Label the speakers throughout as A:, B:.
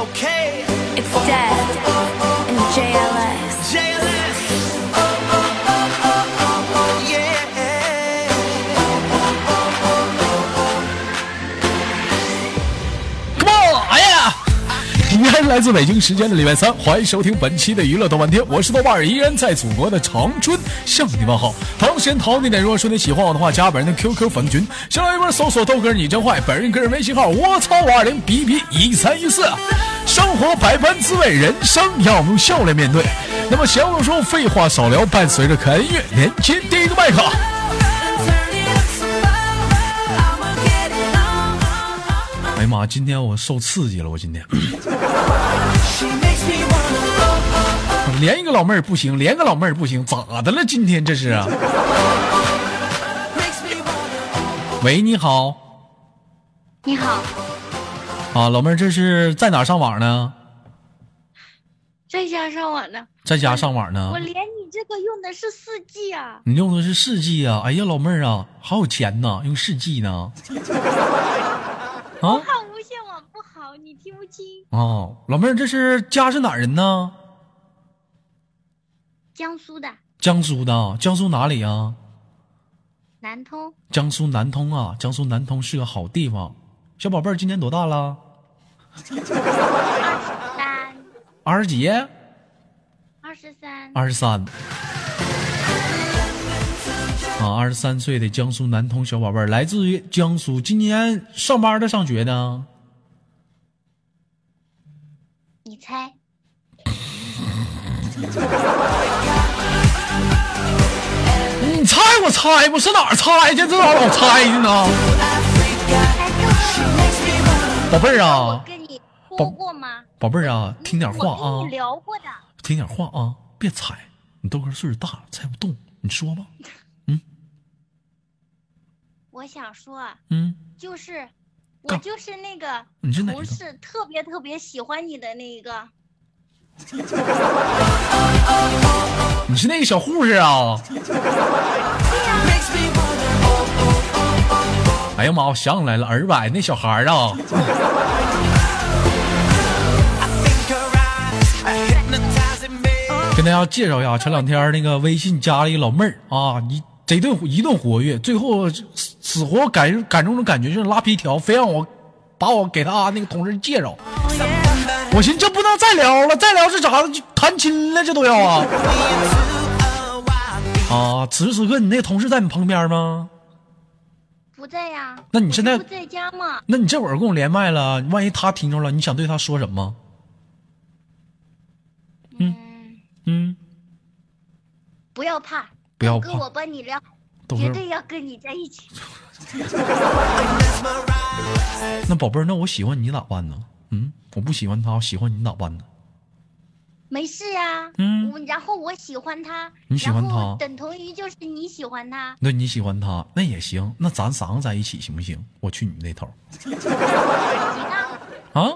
A: Oh,
B: 是来自北京时间的礼拜三，欢迎收听本期的娱乐豆瓣天，我是豆瓣儿，依然在祖国的长春向你问好。同样时间，同样地点，如果说你喜欢我的话，加本人的 QQ 粉群，新浪微博搜索豆哥你真坏，本人个人微信号我操五二零 b b 一三一四。生活百般滋味，人生要用笑来面对。那么闲话少说，废话少聊，伴随着可爱音乐，连接第一个麦克。哎呀妈！今天我受刺激了，我今天连一个老妹儿不行，连个老妹儿不行，咋的了？今天这是啊？喂，你好
C: 你好，
B: 啊，老妹儿，这是在哪上网呢？
C: 在家上网呢。
B: 在家上网呢
C: 我？连你这个用的是四 G 啊，
B: 你用的是世纪啊？哎呀，老妹儿啊，好有钱呐，用世纪呢？啊
C: 看无线网不好，你听不清。
B: 哦，老妹儿，这是家是哪儿人呢？
C: 江苏的
B: 江苏的，江苏哪里啊？
C: 南通
B: 江苏南通啊，江苏南通是个好地方。小宝贝儿今年多大了？
C: 三
B: 二十几？
C: 二十三，
B: 二十三。啊，二十三岁的江苏南通小宝贝儿，来自于江苏，今年上班的上学呢？
C: 你猜？
B: 你嗯猜我猜，我是哪儿猜去？这咋老猜去呢？宝贝儿
C: 我
B: 啊，
C: 跟你说过吗？嗯
B: 宝贝儿啊，听点话
C: 我跟
B: 啊
C: 你，聊过的，
B: 听点话啊，别猜，你豆哥岁数大了，猜不动，你说吧。
C: 我想说啊，
B: 嗯，
C: 就是我
B: 干
C: 就是那个
B: 你是哪
C: 不
B: 个
C: 是特别特别喜欢你的那一个，
B: 你是那个小护士啊？哎呀妈！我想起来了，二百那小孩儿啊，跟大家介绍一下，前两天那个微信加了一个老妹儿啊，一贼顿一顿活跃，最后死死活感感中的感觉就是拉皮条，非让我把我给他那个同事介绍。我寻思这不能再聊了，再聊是啥？就谈亲了，这都要啊！啊，此时此刻你那同事在你旁边吗？
C: 不在呀？
B: 那你现在
C: 我这不在家吗？
B: 那你这会儿跟我连麦了，万一他听着了，你想对他说什么？
C: 嗯，
B: 嗯，
C: 不要怕，
B: 不要
C: 哥，
B: 怕，
C: 我帮你聊，
B: 豆
C: 绝
B: 哥。
C: 对要跟你在一起。
B: 那宝贝儿，那我喜欢你咋办呢？嗯，我不喜欢他，我喜欢你咋办呢？
C: 没事呀、
B: 嗯
C: 我然后我喜欢他，
B: 你喜欢
C: 然后
B: 他
C: 等同于就是你喜欢他，
B: 那你喜欢他，那也行，那咱三个在一起行不行？我去你那头
C: 行啊，
B: 啊？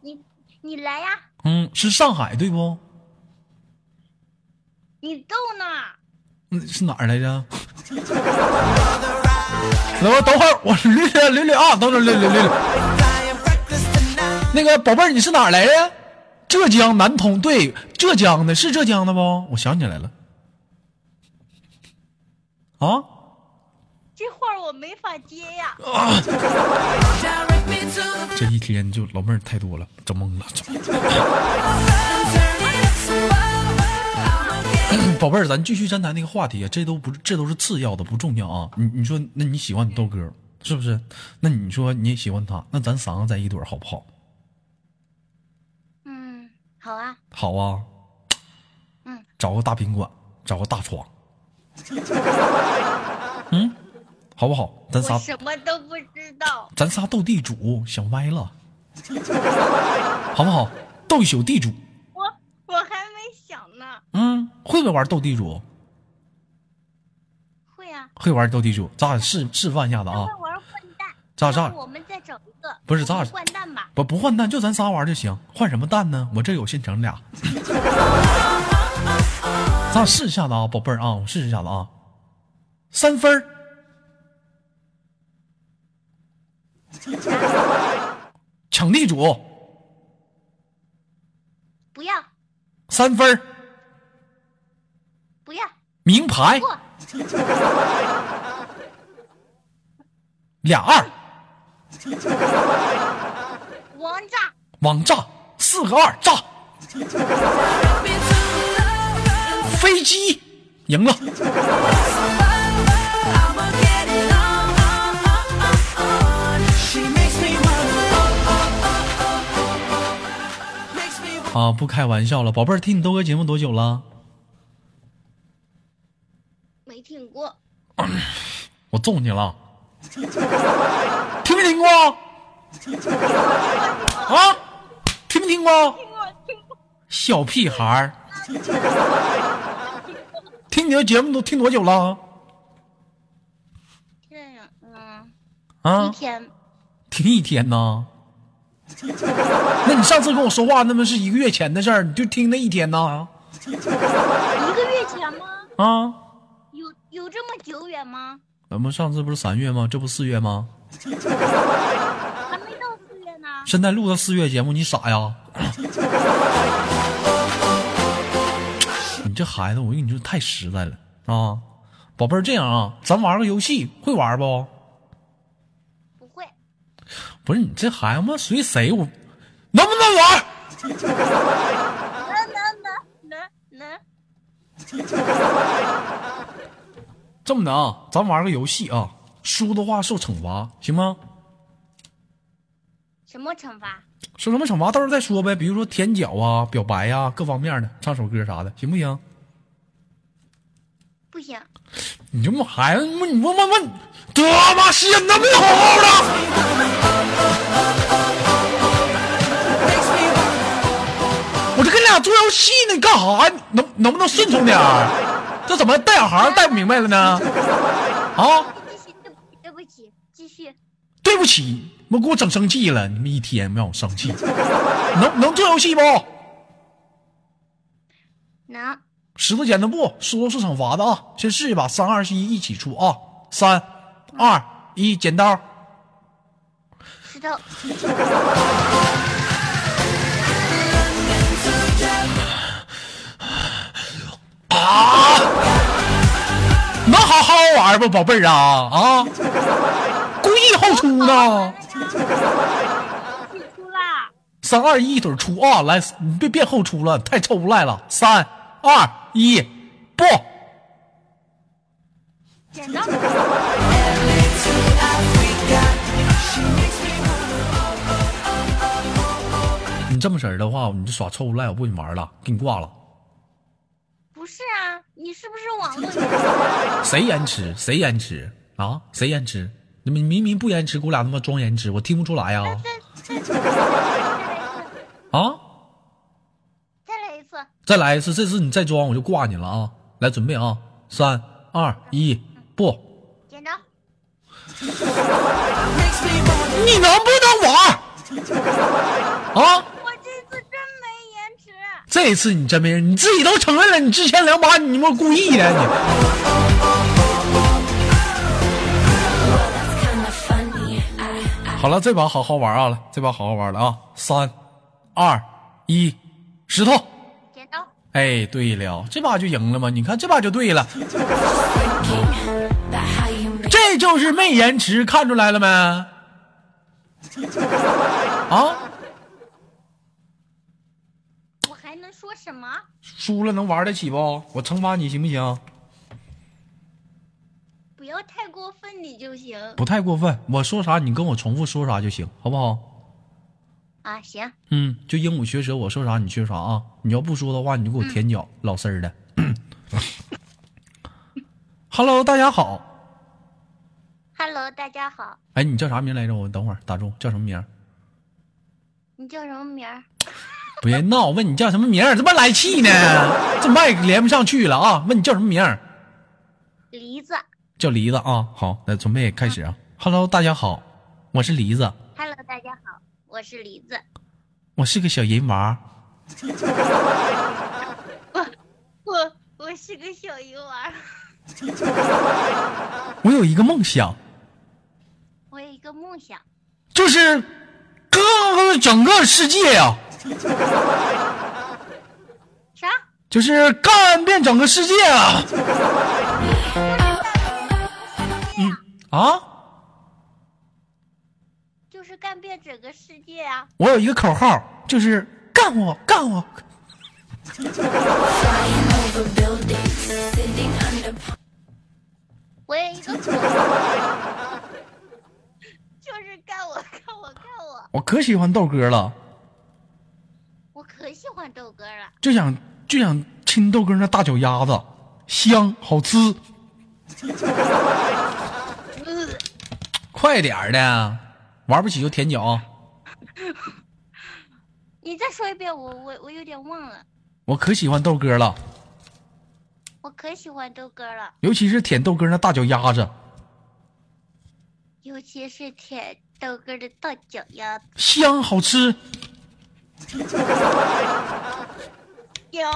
C: 你你来呀、
B: 嗯，是上海对不？
C: 你逗呢？
B: 嗯，是哪儿来着？ 等会儿，等会儿，我捋捋捋捋啊，等会儿捋捋捋捋。那个宝贝儿，你是哪儿来的？浙江南通，对，浙江的，是浙江的不？我想起来了。啊，
C: 这话儿我没法接呀、
B: 哦这一天就老妹儿太多了，整懵了。整懵了 宝贝儿，咱继续咱谈那个话题啊，这都不是，这都是次要的，不重要啊。你你说，那你喜欢你豆哥是不是？那你说你也喜欢他，那咱三个在一堆儿好不好？
C: 嗯，好啊，
B: 好啊，
C: 嗯，
B: 找个大宾馆，找个大床， 嗯，好不好？咱
C: 我
B: 仨
C: 什么都不知道。
B: 咱仨斗地主，想歪了，好不好？斗一宿地主，
C: 我我还没想呢。
B: 嗯，会不会玩斗地主？
C: 会啊，
B: 会玩斗地主，咱俩示示范一下子
C: 他
B: 啊
C: 会！玩混蛋。
B: 咋
C: 要
B: 咋
C: 不我们再找一个。
B: 不是
C: 要
B: 咋
C: 换蛋吧？
B: 不不换蛋，就咱仨玩就行，换什么蛋呢？我这有现成俩，咱俩试一下子啊，宝贝儿啊，我试一下子啊，三分儿抢地主
C: 不要
B: 三分儿
C: 不要
B: 名牌
C: 不
B: 俩二
C: 王炸
B: 网炸四四个二炸，飞机赢了。啊，不开玩笑了，宝贝儿，听你豆哥节目多久了？
C: 没听过，
B: 我揍你了，听没听过？啊，听没听过？
C: 听过听过，
B: 小屁孩儿，听你的节目都听多久了？
C: 这样嗯，一
B: 啊，
C: 天
B: 听一天呢？那你上次跟我说话，那么是一个月前的事儿，你就听那一天呢？
C: 一个月前吗？
B: 啊，
C: 有有这么久远吗？
B: 咱们上次不是三月吗？这不四月吗？
C: 还没到四月呢。
B: 现在录到四月节目，你傻 呀？你这孩子，我跟你说太实在了啊！宝贝儿，这样啊，咱玩个游戏，会玩不？
C: 不会，
B: 不是你这孩子妈随谁我，能不能玩？
C: 能能能能能，
B: 这么的啊，咱玩个游戏啊，输的话受惩罚，行吗？
C: 什么惩罚？
B: 受什么惩罚到时候再说呗，比如说舔脚啊、表白呀、各方面的，唱首歌啥的，行不行？
C: 不行，
B: 你这么孩子，你问你问问问，德玛西亚能不能好好的？我这跟俩做游戏呢，你干啥？能能不能顺从点儿？这怎么带小孩儿带不明白了呢？啊，
C: 继续，对不起，对不起，继续，
B: 对不起，你们给我整生气了，你们一天让我生气。能能做游戏不？
C: 能
B: 石头剪刀布，说是惩罚的啊！先试一把，三二一，一起出啊！三二一，剪刀。
C: 石头，
B: 能好好玩不，宝贝儿啊啊！故意后出呢，
C: 退出啦，
B: 三二一，一腿出啊！来，你别别后出了，太臭不赖了。三二一，不，
C: 剪刀，
B: 你这么式儿的话，你就耍臭不赖，我不跟你玩了，给你挂了。
C: 不是啊，你是不是网络人？
B: 谁延迟？谁延迟啊？谁延迟？你们明明不延迟，给我俩他妈装延迟，我听不出来呀、
C: 再再再来一次，
B: 啊！
C: 再来一次，
B: 再来一次，这次你再装我就挂你了啊！来，准备啊，三二一，不。
C: 剪刀，
B: 你能不能玩儿？啊！
C: 我这次真没延迟，
B: 这一次你真没人，你自己都承认了，你之前两把你他妈故意的，你
D: Kinda funny. I, I
B: 好了，这把好好玩啊了，这把好好玩了啊！三、二、一，石头。
C: 剪刀，
B: 哎，对了，这把就赢了嘛？你看这把就对了，
D: thinking about how you make
B: 这就是没延迟，看出来了没？啊？
C: 我还能说什么？
B: 输了能玩得起不？我惩罚你行不行？
C: 不要太过分你就行
B: 不太过分，我说啥你跟我重复说啥就行，好不好？
C: 啊，行，
B: 嗯，就鹦鹉学舌，我说啥你学啥啊！你要不说的话，你就给我舔脚，老丝儿的。Hello，大家好。
C: Hello，大家好，
B: 哎，你叫啥名来着？我等会儿打住，叫什么名儿？
C: 你叫什么名儿？
B: 别闹，问你叫什么名儿？这不来气呢？这麦连不上去了啊！问你叫什么名儿？
C: 梨子
B: 叫梨子啊。好，那准备开始啊。Hello，大家好，我是梨子，
C: ，Hello，大家好，我是梨子，
B: 我是个小银娃。
C: 我我是个小鱼丸儿，
B: 我有一个梦想，
C: 我有一个梦想，
B: 就是哥哥整个世界啊呀、
C: 啥？
B: 就是干遍整个世界啊！啊，
C: 就是干遍整个世界啊！啊
B: 我有一个口号，就是干我，干我！
D: Flying over buildings, sitting under palm
C: 我有一个左手， 就是干我干我干我，
B: 我可喜欢豆哥了，
C: 我可喜欢豆哥了。
B: 就想就想亲豆哥那大脚丫子，香好吃，
C: 嗯，
B: 快点儿的，玩不起就舔脚。
C: 你再说一遍，我我我有点忘了。
B: 我可喜欢豆哥了，
C: 我可喜欢豆哥了，
B: 尤其是舔豆哥那大脚丫子，
C: 尤其是舔豆哥的大脚丫子。
B: 香好吃。
C: 香，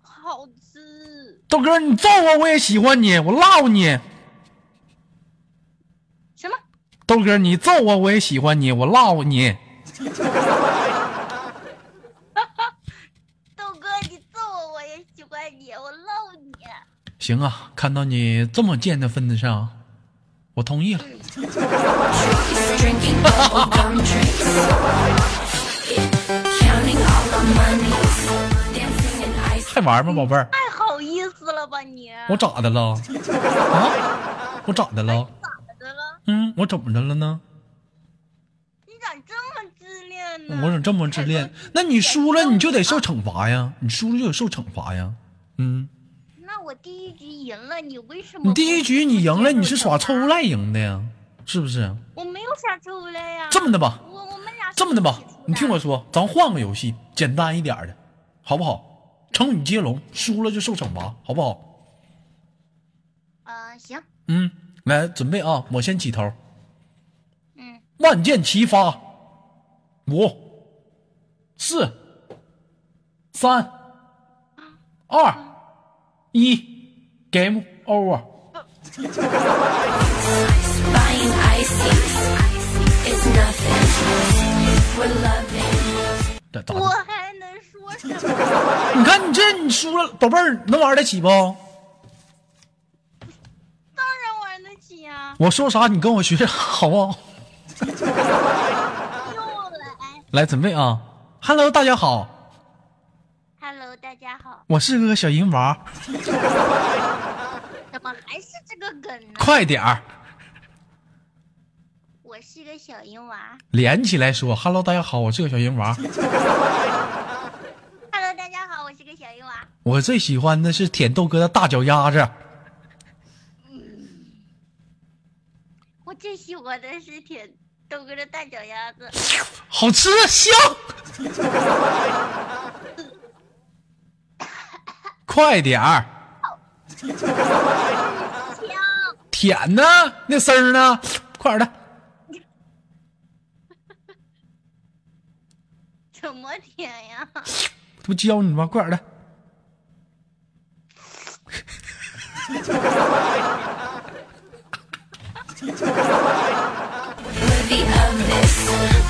C: 好吃。
B: 豆哥，你揍我，我也喜欢你，我唠你。
C: 什么？
B: 豆哥，你揍我，我也喜欢你，我唠你。
C: 豆哥，你揍我，我也喜欢你，我唠你。
B: 行啊，看到你这么贱的份子上，我同意了。
D: trees, drinking bubblegum drinks, counting all the monies, dancing in ice.
B: 还玩吗，宝贝儿？
C: 太好意思了吧你？
B: 我咋的了？啊？我咋的了？
C: 咋的了？
B: 嗯，我怎么的了呢？
C: 你咋这么自恋呢？
B: 我怎么这么自恋？那你输了你就得受惩罚呀，你输了就得受惩罚呀。嗯，
C: 那我第一局赢了，你为什么不？
B: 你第一局你赢了，你是耍臭无赖赢的呀，是不是？
C: 我没有耍臭无赖呀。
B: 这么的吧，
C: 我我们俩
B: 这么的吧
C: 是一起出，
B: 你听我说，咱换个游戏，简单一点儿的，好不好？成语接龙，输了就受惩罚，好不好？
C: 呃，行，
B: 嗯，来准备啊，我先起头，
C: 嗯，
B: 万箭齐发，五、四、三、二、一，game over。
D: Buying ices, it's nothing. We're loving.
B: 这咋的？
C: 我还能说什么？
B: 你看你这你输了，宝贝儿能玩得起不？
C: 当然玩得起啊呀、
B: 我说啥你跟我学啥，好不 好？
C: 又来
B: 来准备啊！Hello，大家好。
C: ，Hello，大家好，
B: 我是个小银娃，
C: 怎么还是这个梗呢？
B: 快点儿
C: 我是个小银娃
B: 连起来说：“Hello，大家好，我是个小银娃，
C: ，Hello，大家好，我是个小银娃，
B: 我最喜欢的是舔豆哥的大脚丫子。
C: 我最喜欢的是舔豆哥的大脚丫子，
B: 好吃啊香。 快点儿
C: 香，
B: 舔呢，那声儿呢？快点儿的，
C: 怎么舔呀？
B: 这不教你吗？快点儿的，
D: Worthy of this.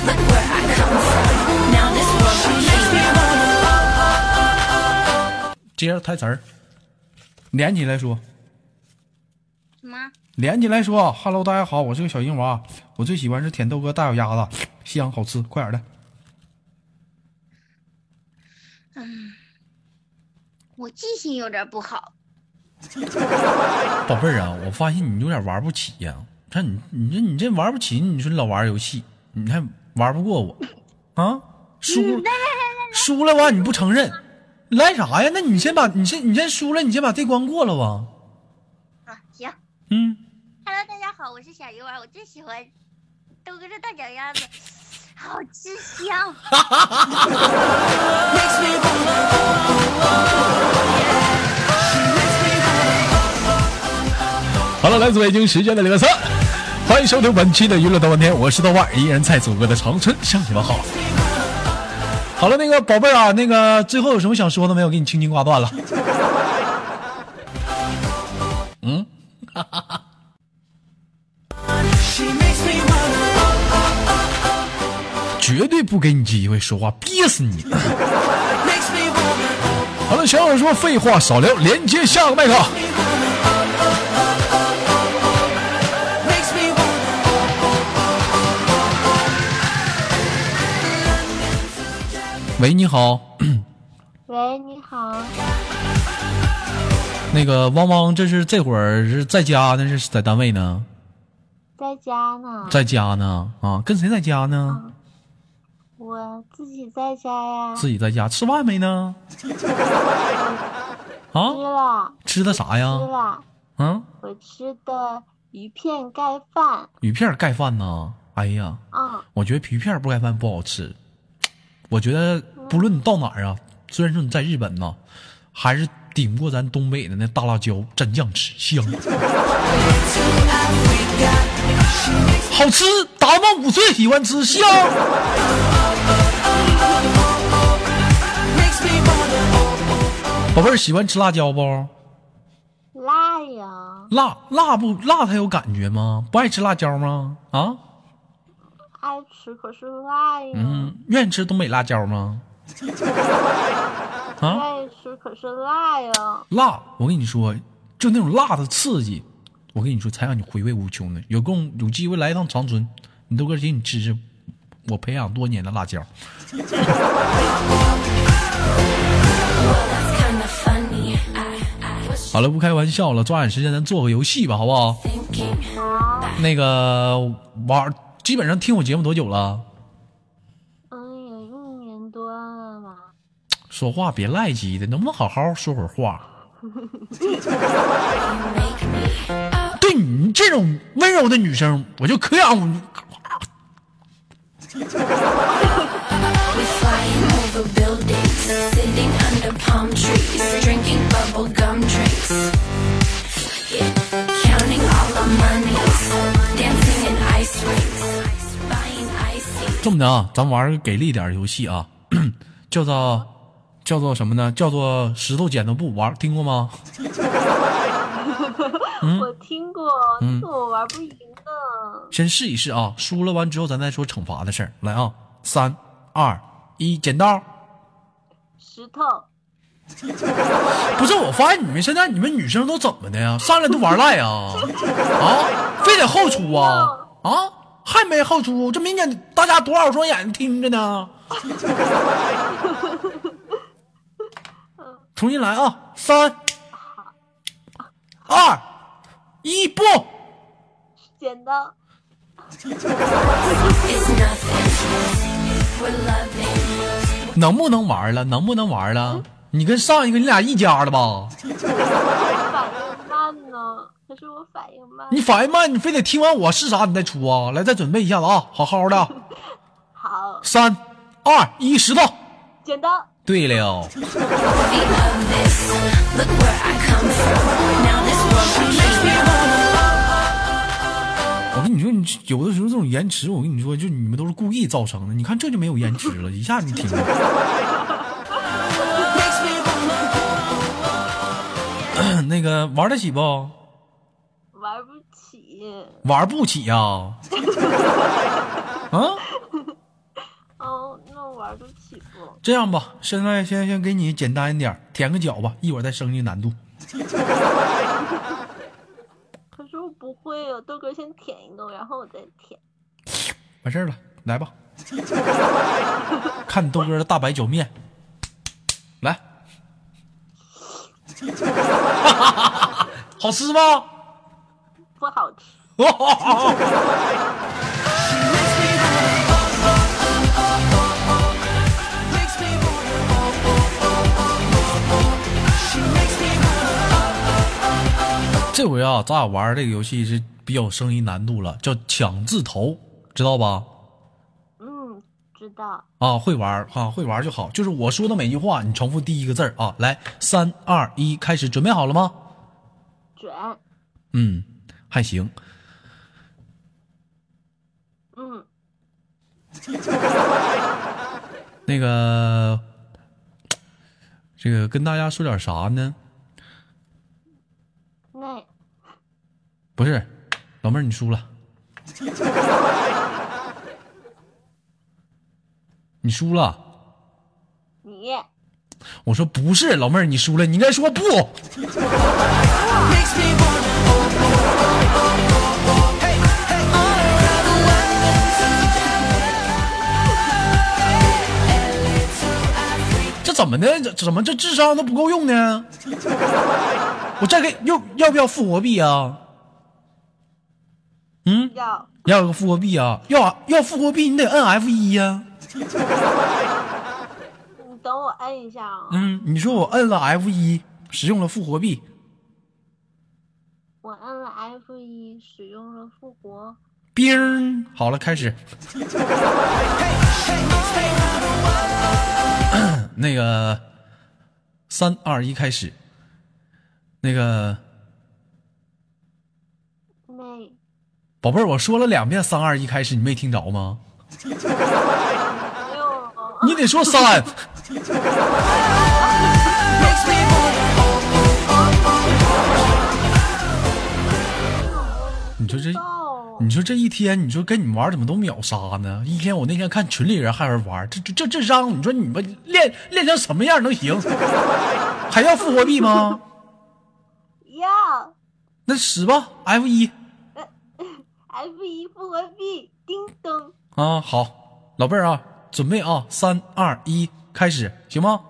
D: Look where I come from. Now this world I came.
B: 接着台词儿，连起来说，
C: 什么？
B: 连起来说：“Hello，大家好，我是个小银娃，我最喜欢是舔豆哥大脚丫子，香好吃。快点儿的，
C: 我记性有点不好，
B: 宝贝儿啊，我发现你有点玩不起呀、看你，你这你这玩不起，你说你老玩游戏，你还玩不过我啊？
C: 嗯
B: 输输了吧，你不承认，来啥呀？那你先把你先你先输了，你先把这关过了吧。
C: 啊，行。
B: 嗯，
C: Hello，大家好，我是小鱼丸，我最喜欢豆哥的大脚丫子，好吃香。
B: 好了，来自北京时间的礼拜三，欢迎收听本期的娱乐豆瓣天，我是豆瓣儿，依然在祖国的长春向你们好。好了，那个宝贝儿啊，那个最后有什么想说的没有？给你轻轻挂断了。
A: She makes me wanna
B: 绝对不给你机会说话，憋死你！
A: makes me wanna
B: 好了，小友说废话少聊，连接下个麦克。
A: makes me wanna
B: 好喂，你好，
C: 喂，你好，
B: 那个汪汪，这是这会儿是在家呢，是在单位呢，
C: 在家呢，
B: 在家呢啊，跟谁在家呢？
C: 我自己在家呀，
B: 自己在家吃饭没呢？
C: 吃
B: 啊，
C: 了
B: 吃的啥
C: 吃
B: 呀？
C: 了，
B: 啊，
C: 我吃的鱼片盖饭，
B: 鱼片儿盖饭呢？哎呀，
C: 嗯，
B: 我觉得皮片儿不盖饭不好吃。我觉得不论你到哪儿啊，虽然说你在日本呢，还是顶不过咱东北的那大辣椒蘸酱吃香，好吃。达到五岁喜欢吃香。
A: makes me wanna,
B: 宝贝儿喜欢吃辣椒不？
C: 辣呀，
B: 辣辣不辣？它有感觉吗？不爱吃辣椒吗？啊，
C: 爱吃可是辣呀，
B: 嗯，愿意吃东北辣椒吗？啊，
C: 爱吃可是辣呀，
B: 辣，我跟你说，就那种辣的刺激，我跟你说才让你回味无穷呢。有空有机会来一趟长春，你豆哥请你吃吃我培养多年的辣椒。
D: That's kinda funny. I, I was
B: 好了，不开玩笑了，抓紧时间咱做个游戏吧，好不好？
D: thinking.
C: 好，
B: 那个玩，基本上听我节目多久了？
C: 嗯，有一年多了吧，
B: 说话别赖叽的，能不能好好说会儿话？
D: Make me
B: 对你这种温柔的女生，我就可想。
D: We flying over buildings, sitting under palm trees, drinking bubble gum drinks. Yeah, counting all our monies, dancing in ice rinks, buying icy.
B: 这么的啊，咱玩个给力点儿游戏啊， 叫做叫做什么呢？叫做石头剪刀布玩，听过吗？嗯
C: 我听过，但是我玩不赢的，
B: 先试一试啊，输了完之后咱再说惩罚的事儿。来啊，三二一，剪刀！
C: 石头，
B: 不是，我发现你们现在你们女生都怎么的呀？上来就玩赖啊啊，非得后出啊啊，还没后出，这明显大家多少双眼听着呢。重新来啊，三二一，不。
C: 剪刀，
D: It's nothing. We're loving.
B: 能不能玩了？能不能玩了？你跟上一个你俩一家的吧？
C: 反应慢呢，可是我反应慢，
B: 你反应慢，你非得听完我是啥你再出啊？来，再准备一下子啊，好好的啊，
C: 好，
B: 三二一，石头。
C: 剪刀。
B: 对了，
D: worthy of this. Look where I come from. Now this world I
A: makes me wanna,
B: 我跟你说，你有的时候这种延迟，我跟你说，就你们都是故意造成的。你看这就没有延迟了，一下你停 了。
A: makes me wanna,
B: 那个玩得起不？
C: 玩不起。
B: 玩不起 呀、啊？
C: 哦，那玩得起不？
B: 这样吧，现在先先给你简单一点儿，舔个脚吧，一会儿再升级难度。
C: 可是我不会啊，豆哥先舔一个，然后我再舔。
B: 完事儿了，来 吧，看你豆哥的大白脚面，来， 好吃吗？
C: 不好吃，
A: makes me wanna, she makes me wanna,
B: 这回啊，咱俩玩这个游戏是比较升级难度了，叫抢字头，知道吧？
C: 嗯，知道。
B: 啊，会玩儿啊，会玩儿就好。就是我说的每句话，你重复第一个字儿啊。来，三二一，开始，准备好了吗？
C: 准，
B: 嗯，还行。
C: 嗯，
B: 那个，这个跟大家说点啥呢？
C: 那
B: 不是，老妹儿，你输了， 你输了。
C: 你
B: 我说不是，老妹儿，你输了，你应该说不。
A: makes me wanna, hey, hey, all around the world.
B: 怎么的？这怎么这智商都不够用呢？我再给又要不要复活币啊？嗯
C: 要
B: 要有个复活币啊？要啊要复活币，你得摁 F 一呀。
C: 你等我摁一下啊，
B: 嗯，你说我摁了 F 一，使用了复活币，
C: 我摁了 F 一，使用了复活。
B: 冰儿好了，开始。 那个，三二一，开始。那个
C: 那
B: 宝贝儿，我说了两遍三二一开始，你没听着吗？
C: 没有
B: 你得说三。
A: makes me wanna,
B: 你说这，
C: 到，
B: 你说这一天，你说跟你们玩怎么都秒杀呢？一天我那天看群里人还有人玩，这这这智商，你说你们练练成什么样能行？ 还要复活币吗？
C: 要
B: 那使吧，F 一
C: F 一复活币，叮咚。
B: 啊，好，老妹儿啊，准备啊，三二一，开始，行吗？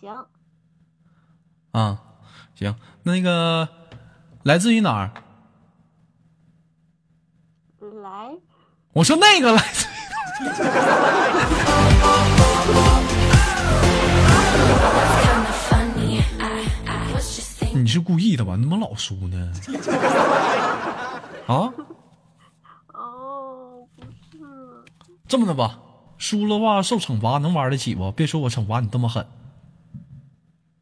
C: 行，
B: 啊，行，那个来自于哪儿？
C: 来，
B: 我说那个来自于哪儿。你是故意的吧？你怎么老输呢？啊，
C: 哦，不是，
B: 这么的吧，输了吧受惩罚，能玩得起不？别说我惩罚你这么狠。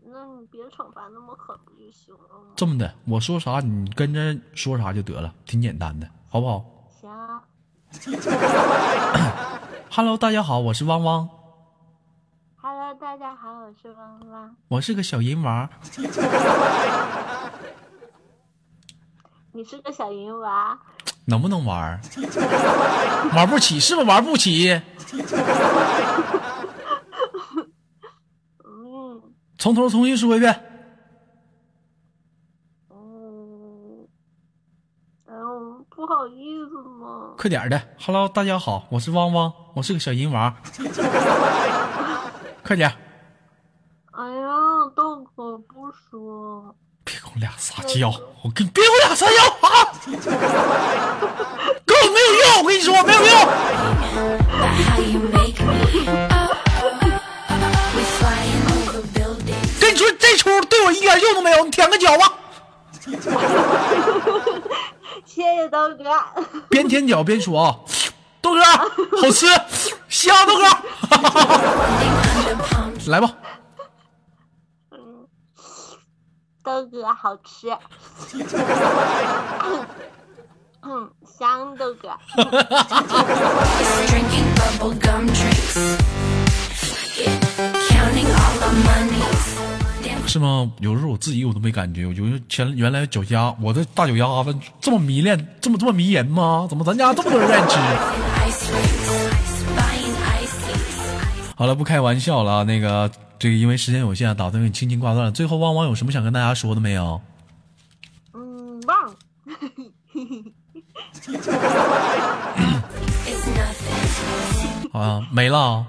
C: 那你别惩罚那么狠不就行了吗？
B: 这么的，我说啥你跟着说啥就得了，挺简单的，好不好
C: 行啊，
B: ？Hello，大家好，我是汪汪，
C: Hello，大家好，我是汪汪。
B: 我是个小银娃，
C: 你是个小银娃，
B: 能不能玩儿？玩不起是不是玩不起？
C: 嗯
B: 从头重新说一遍，
C: 嗯，哎呦，不好意思嘛，
B: 快点儿的。Hello，大家好，我是汪汪，我是个小银娃， 快点儿，
C: 哎呀，豆哥不说，
B: 别跟我俩撒娇，我跟别跟我俩撒娇啊！ 跟我没有用，我跟你说没有用。
D: Oh,
B: 跟你说这出对我一点用都没有，你舔个脚吧。
C: 谢谢豆哥，
B: 边舔脚边说啊，豆哥好吃， 香豆哥， 来吧，
C: 豆哥好 吃，嗯，香豆哥，
B: 是吗？有时候我自己我都没感觉，我觉得前原来脚丫，我的大脚丫子这么迷恋，这么这么迷人吗？怎么咱家这么多人愿意吃？啊好了，不开玩笑了啊，那个这个因为时间有限，啊打算给你轻轻挂断了。最后，汪汪有什么想跟大家说的没有？
C: 嗯，忘了，
B: 啊，没了啊。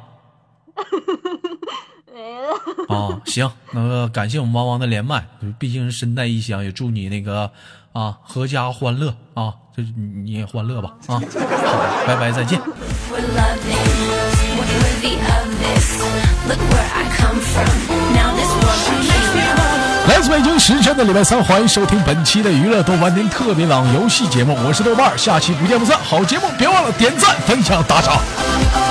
C: 没了，
B: 啊，行，那个感谢我们汪汪的连麦，就是毕竟是身带异乡，也祝你那个啊阖家欢乐啊，就是你你也欢乐吧啊，好，拜拜，再见。来自北京时间的礼拜三，欢迎收听本期的娱乐豆瓣天特别档游戏节目，我是豆瓣儿，下期不见不散。好节目别忘了点赞、分享、打赏。
D: Oh,